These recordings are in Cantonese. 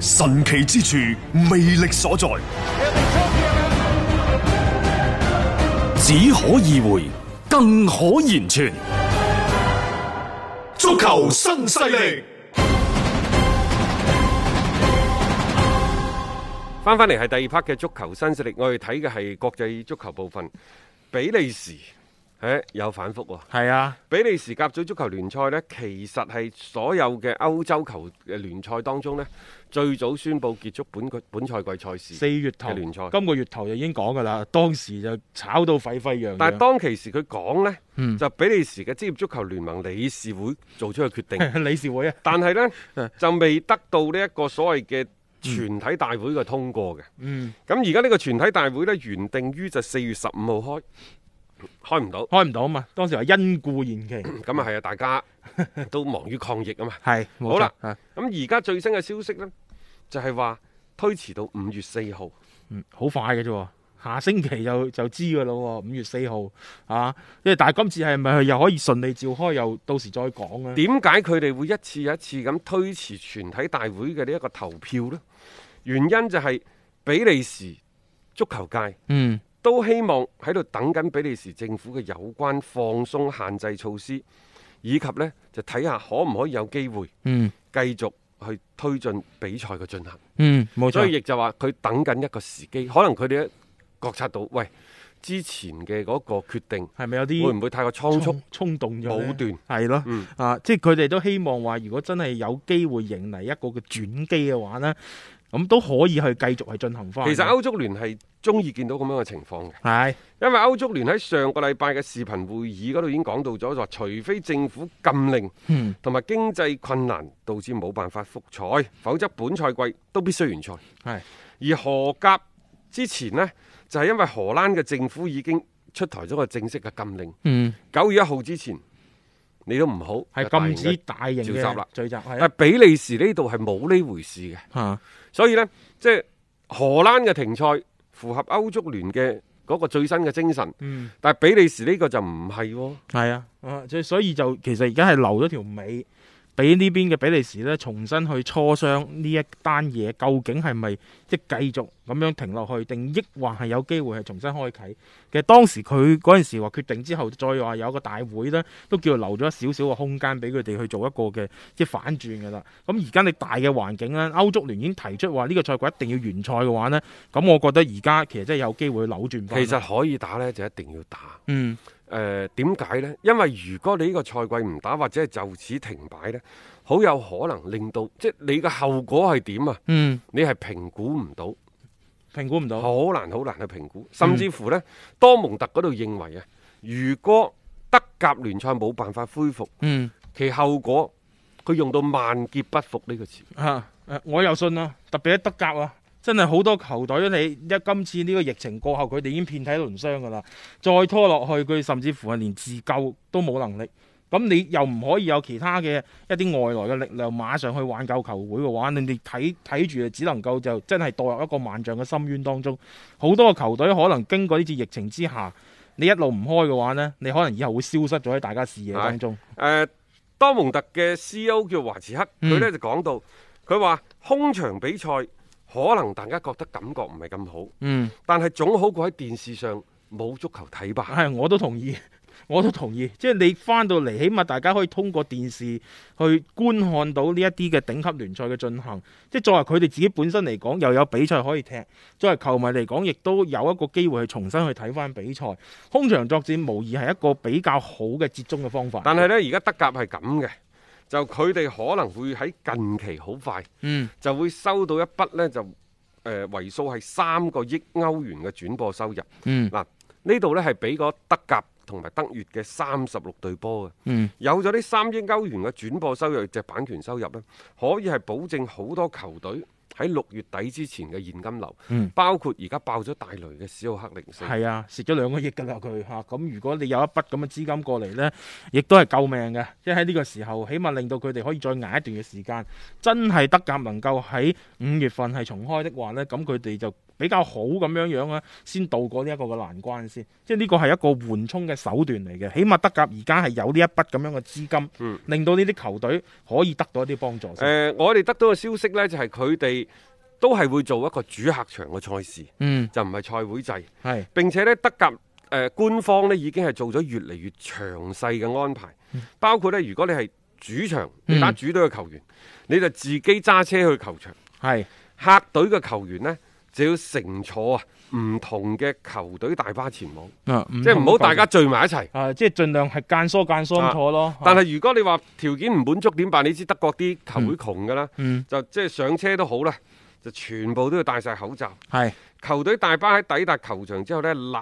神奇之處，魅力所在， Here they come here. 只可意會，更可言傳。足球新勢力。翻翻嚟係第二 part 嘅足球新勢力，我哋睇嘅係國際足球部分。比利時，誒有反覆喎、係啊，比利時甲組足球聯賽呢，其實係所有嘅歐洲球嘅聯賽當中呢，最早宣布結束本個本賽季賽事。四月頭嘅聯賽今個月頭就已經講㗎啦，當時就炒到沸沸揚揚。但係當其時佢講呢，嗯就比利時嘅職業足球聯盟理事會做出嘅決 定，理事會啊，但係呢，就未得到呢一個所謂嘅全體大會嘅通過嘅。嗯，咁而家呢個全體大會呢，原定於就四月十五號開，開唔到。開唔到啊嘛，當時係因故延期。咁啊係啊，大 家都忙於抗疫啊嘛。係，冇錯好啦啊咁而家最新嘅消息呢，就係、話推遲到五月四號。嗯好快嘅啫喎，下星期就就知㗎啦喎，五月四號啊，因為但係今次係咪又可以順利召開，又到時再講啊？點解佢哋會一次又一次咁推遲全體大會嘅呢一個投票呢？原因就係比利時足球界嗯，都希望喺度等緊比利時政府嘅有關放鬆限制措施，以及呢就睇下可唔可以有機會嗯繼續去推進比賽嘅進行。嗯，冇所錯以。亦就話佢等緊一個時機，可能佢哋都覺察到，喂，之前嘅嗰個決定係咪有啲會唔會太過倉促衝？衝動咗武斷係咯，嗯啊，即係佢哋都希望話，如果真係有機會迎嚟一個嘅轉機嘅話呢，咁都可以去繼續去進行翻。其實歐足聯係中意見到咁樣嘅情況嘅，係因為歐足聯喺上個禮拜嘅視頻會議嗰度已經講到咗，就話除非政府禁令嗯同埋經濟困難導致冇辦法復賽，否則本賽季都必須完賽。係而荷甲之前呢，就係、因為荷蘭嘅政府已經出台咗個正式嘅禁令，嗯九月一號之前你都唔好係禁大型止嘅召大型集嘅啦聚集啊係但啦比利時呢度係冇呢回事嘅，嚇所以呢，即係荷蘭嘅停賽符合歐足聯嘅嗰個最新嘅精神，嗯但係比利時呢個就唔係喎。係啊啊，所以所以就其實而家係留咗條尾。俾呢邊嘅比利時咧，重新去磋商呢一單嘢，究竟係咪即係繼續咁樣停落去，定抑或係有機會係重新開啓？其實當時佢嗰陣時話決定之後，再話有一個大會咧，都叫留咗少少嘅空間俾佢哋去做一個嘅即係反轉㗎啦。咁而家你大嘅環境咧，歐足聯已經提出話呢個賽季一定要完賽嘅話呢，咁我覺得而家其實真係有機會扭轉翻。其實可以打呢，就一定要打。嗯，誒呃點解呢？因為如果你呢個賽季唔打，或者係就此停擺呢，好有可能令到即係你嘅後果係點啊？嗯，你係評估唔到，評估唔到。好難好難去評估，甚至乎呢，多蒙特嗰度認為啊，如果德甲聯賽冇辦法恢復。嗯。其後果佢用到萬劫不復呢個詞，啊！誒我又信啦，特別喺德甲啊，真係好多球隊你一今次呢個疫情過後，佢哋已經遍體鱗傷噶啦。再拖落去，佢甚至乎係連自救都冇能力。咁你又唔可以有其他嘅一啲外來嘅力量馬上去挽救球會嘅話，你哋睇睇住就只能夠就真係墮入一個萬丈嘅深淵當中。好多個球隊可能經過呢次疫情之下，你一路唔開嘅話呢，你可能以後會消失咗喺大家視野當中。誒、呃多蒙特嘅 C.O. 叫華茨克，嗯佢呢就講到，佢話空場比賽可能大家覺得感覺唔係咁好，嗯，但係總好過喺電視上冇足球睇吧。係我都同意。 我都同意，即係你翻到嚟，起碼大家可以通過電視去觀看到呢一啲嘅頂級聯賽嘅進行。即係作為佢哋自己本身嚟講，又有比賽可以踢；作為球迷嚟講，亦都有一個機會去重新去睇翻比賽。空場作戰無疑係一個比較好嘅折中嘅方法。但係呢，而家德甲係咁嘅，就佢哋可能會喺近期好快嗯，就會收到一筆呢，就誒、呃、為數係三個億歐元嘅轉播收入。嗯嗱，呢度呢係俾個德甲同埋德乙嘅三十六隊波嘅。嗯，有咗呢三億歐元嘅轉播收入，即係版權收入呢，可以係保證好多球隊喺六月底之前嘅現金流，嗯包括而家爆咗大雷嘅史奧克零四。係啊，蝕咗兩個億㗎啦佢嚇。咁如果你有一筆咁嘅資金過嚟呢，亦都係救命嘅。即係喺呢個時候，起碼令到佢哋可以再捱一段嘅時間。真係德甲能夠喺五月份係重開的話呢，咁佢哋就比較好咁樣樣咧，先渡過呢一個嘅難關先。即係呢個係一個緩衝嘅手段嚟嘅。起碼德甲而家係有呢一筆咁樣嘅資金，嗯令到呢啲球隊可以得到一啲幫助誒、先。呃我哋得到嘅消息呢，就係佢哋都係會做一個主客場嘅賽事，嗯，就唔係賽會制。係並且呢，德甲誒、呃官方呢已經係做咗越嚟越詳細嘅安排，包括呢，如果你係主場你打主隊嘅球員，你就自己揸車去球場；係客隊嘅球員呢，就要乘坐啊唔同嘅球隊大巴前往，啊嗯嗯即係唔好大家聚埋一齊。啊，即係盡量係間疏間疏咁坐咯。啊但係如果你話條件唔滿足點辦？你知德國啲球會窮㗎啦。嗯就即係上車都好啦，就全部都要戴晒口罩。係球隊大巴喺抵達球場之後呢，立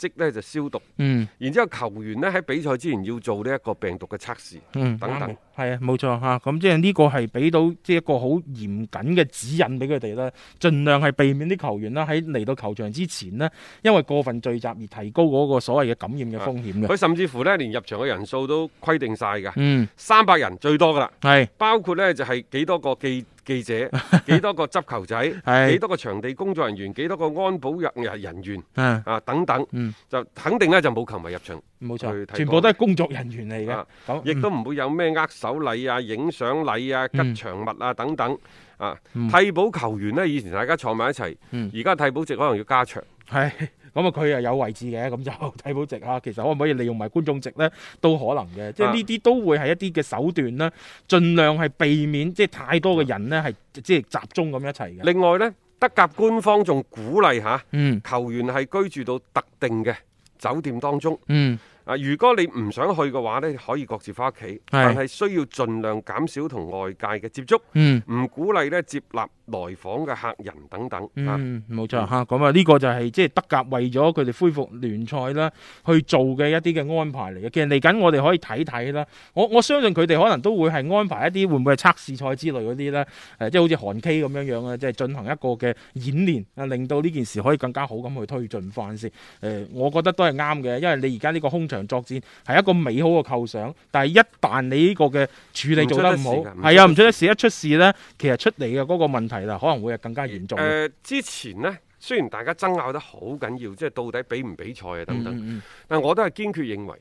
即呢就消毒，嗯。然之後球員呢喺比賽之前要做呢一個病毒嘅測試。嗯，等等係啊，冇錯吓，咁即係呢個係俾到即係一個好嚴謹嘅指引俾佢哋啦，盡量係避免啲球員啦喺嚟到球場之前呢，因為過分聚集而提高嗰個所謂嘅感染嘅風險嘅。啊佢甚至乎呢連入場嘅人數都規定晒㗎，嗯，三百人最多㗎啦，係包括呢就係幾多個記記 者、幾多個執球仔、係幾多個場地工作人員、幾多個安保人人員啊，啊等等嗯，就肯定呢就冇球迷入場，冇去錯，睇全波部都係工作人員嚟嘅啊。咁亦都唔會有咩握手禮啊、影相禮啊、吉嗯祥物啊等等啊。嗯替補球員呢，以前大家坐埋一齊，嗯而家替補席可能要加長。係咁啊，佢又有位置嘅，咁就 替補席啊。其實可唔可以利用埋觀眾席呢？都可能嘅，啊即係呢啲都會係一啲嘅手段啦，盡量係避免即係太多嘅人呢，係即係集中咁一齊嘅。另外呢，德甲官方仲鼓勵下嗯球員係居住到特定嘅酒店當中。嗯。啊，如果你唔想去嘅話呢，可以各自翻屋企，但係需要盡量減少同外界嘅接觸，嗯唔鼓勵呢接納來訪嘅客人等等。啊嗯，冇錯嚇，咁啊呢個就係即係德甲為咗佢哋恢復聯賽啦，去做嘅一啲嘅安排嚟嘅。其實嚟緊我哋可以睇睇啦，我我相信佢哋可能都會係安排一啲會唔會係測試賽之類嗰啲啦，誒、即係好似韓 K 咁樣樣啊，即係進行一個嘅演練啊，令到呢件事可以更加好咁去推進翻先。誒、我覺得都係啱嘅，因為你而家呢個空場作戰係一個美好嘅構想，但係一旦你呢個嘅處理做得唔好唔出得事㗎唔出，得係啊，唔出得事，一出事呢，其實出嚟嘅嗰個問題啦，可能會係更加嚴重誒、嘅。呃之前呢，雖然大家爭拗得好緊要，即係到底比唔比賽啊等等，嗯嗯但我都係堅決認為，誒、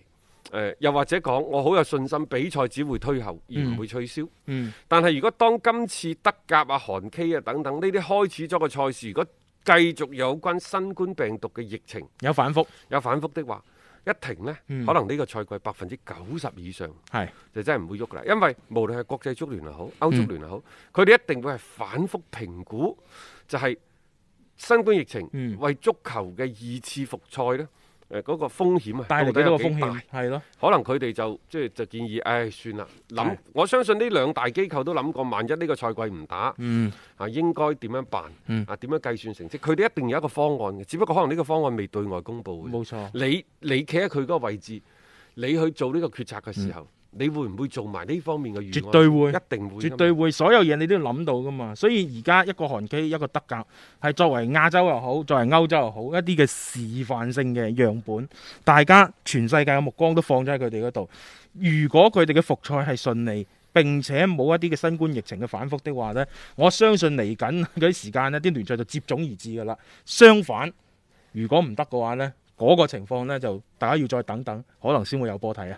呃又或者講，我好有信心比賽只會推後而唔會取消。嗯但係如果當今次德甲啊、韓 K 啊等等呢啲開始咗嘅賽事，如果繼續有關新冠病毒嘅疫情有反覆，有反覆的話，一停呢，嗯可能呢個賽季百分之九十以上係就真係唔會喐啦，因為無論係國際足聯又好、歐足聯又嗯好，佢哋、一定會係反覆評估，就係、新冠疫情、嗯為足球嘅二次復賽呢，誒、嗰個風險啊，帶到嚟幾底有多幾個風大險？係咯，可能佢哋就即係就建議，唉，算啦，諗係我相信呢兩大機構都諗過，萬一呢個賽季唔打，嗯啊應該點樣辦？嗯啊點樣計算成績？佢哋一定有一個方案嘅，只不過可能呢個方案未對外公佈嘅。冇錯，你你企喺佢嗰個位置，你去做呢個決策嘅時候，你會唔會做埋呢方面嘅預絕案？對會。一定會㗎嘛。絕對會，所有嘢你都要諗到噶嘛。所以而家一個韓 K 一個德甲，係作為亞洲又好，作為歐洲又好，一啲嘅示範性嘅樣本，大家全世界嘅目光都放咗喺佢哋嗰度。如果佢哋嘅復賽係順利，並且冇一啲嘅新冠疫情嘅反覆的話呢，我相信嚟緊嗰啲時間呢，啲聯賽就接踵而至噶啦。相反，如果唔得嘅話呢，嗰、個情況呢，就大家要再等等，可能先會有波睇啊。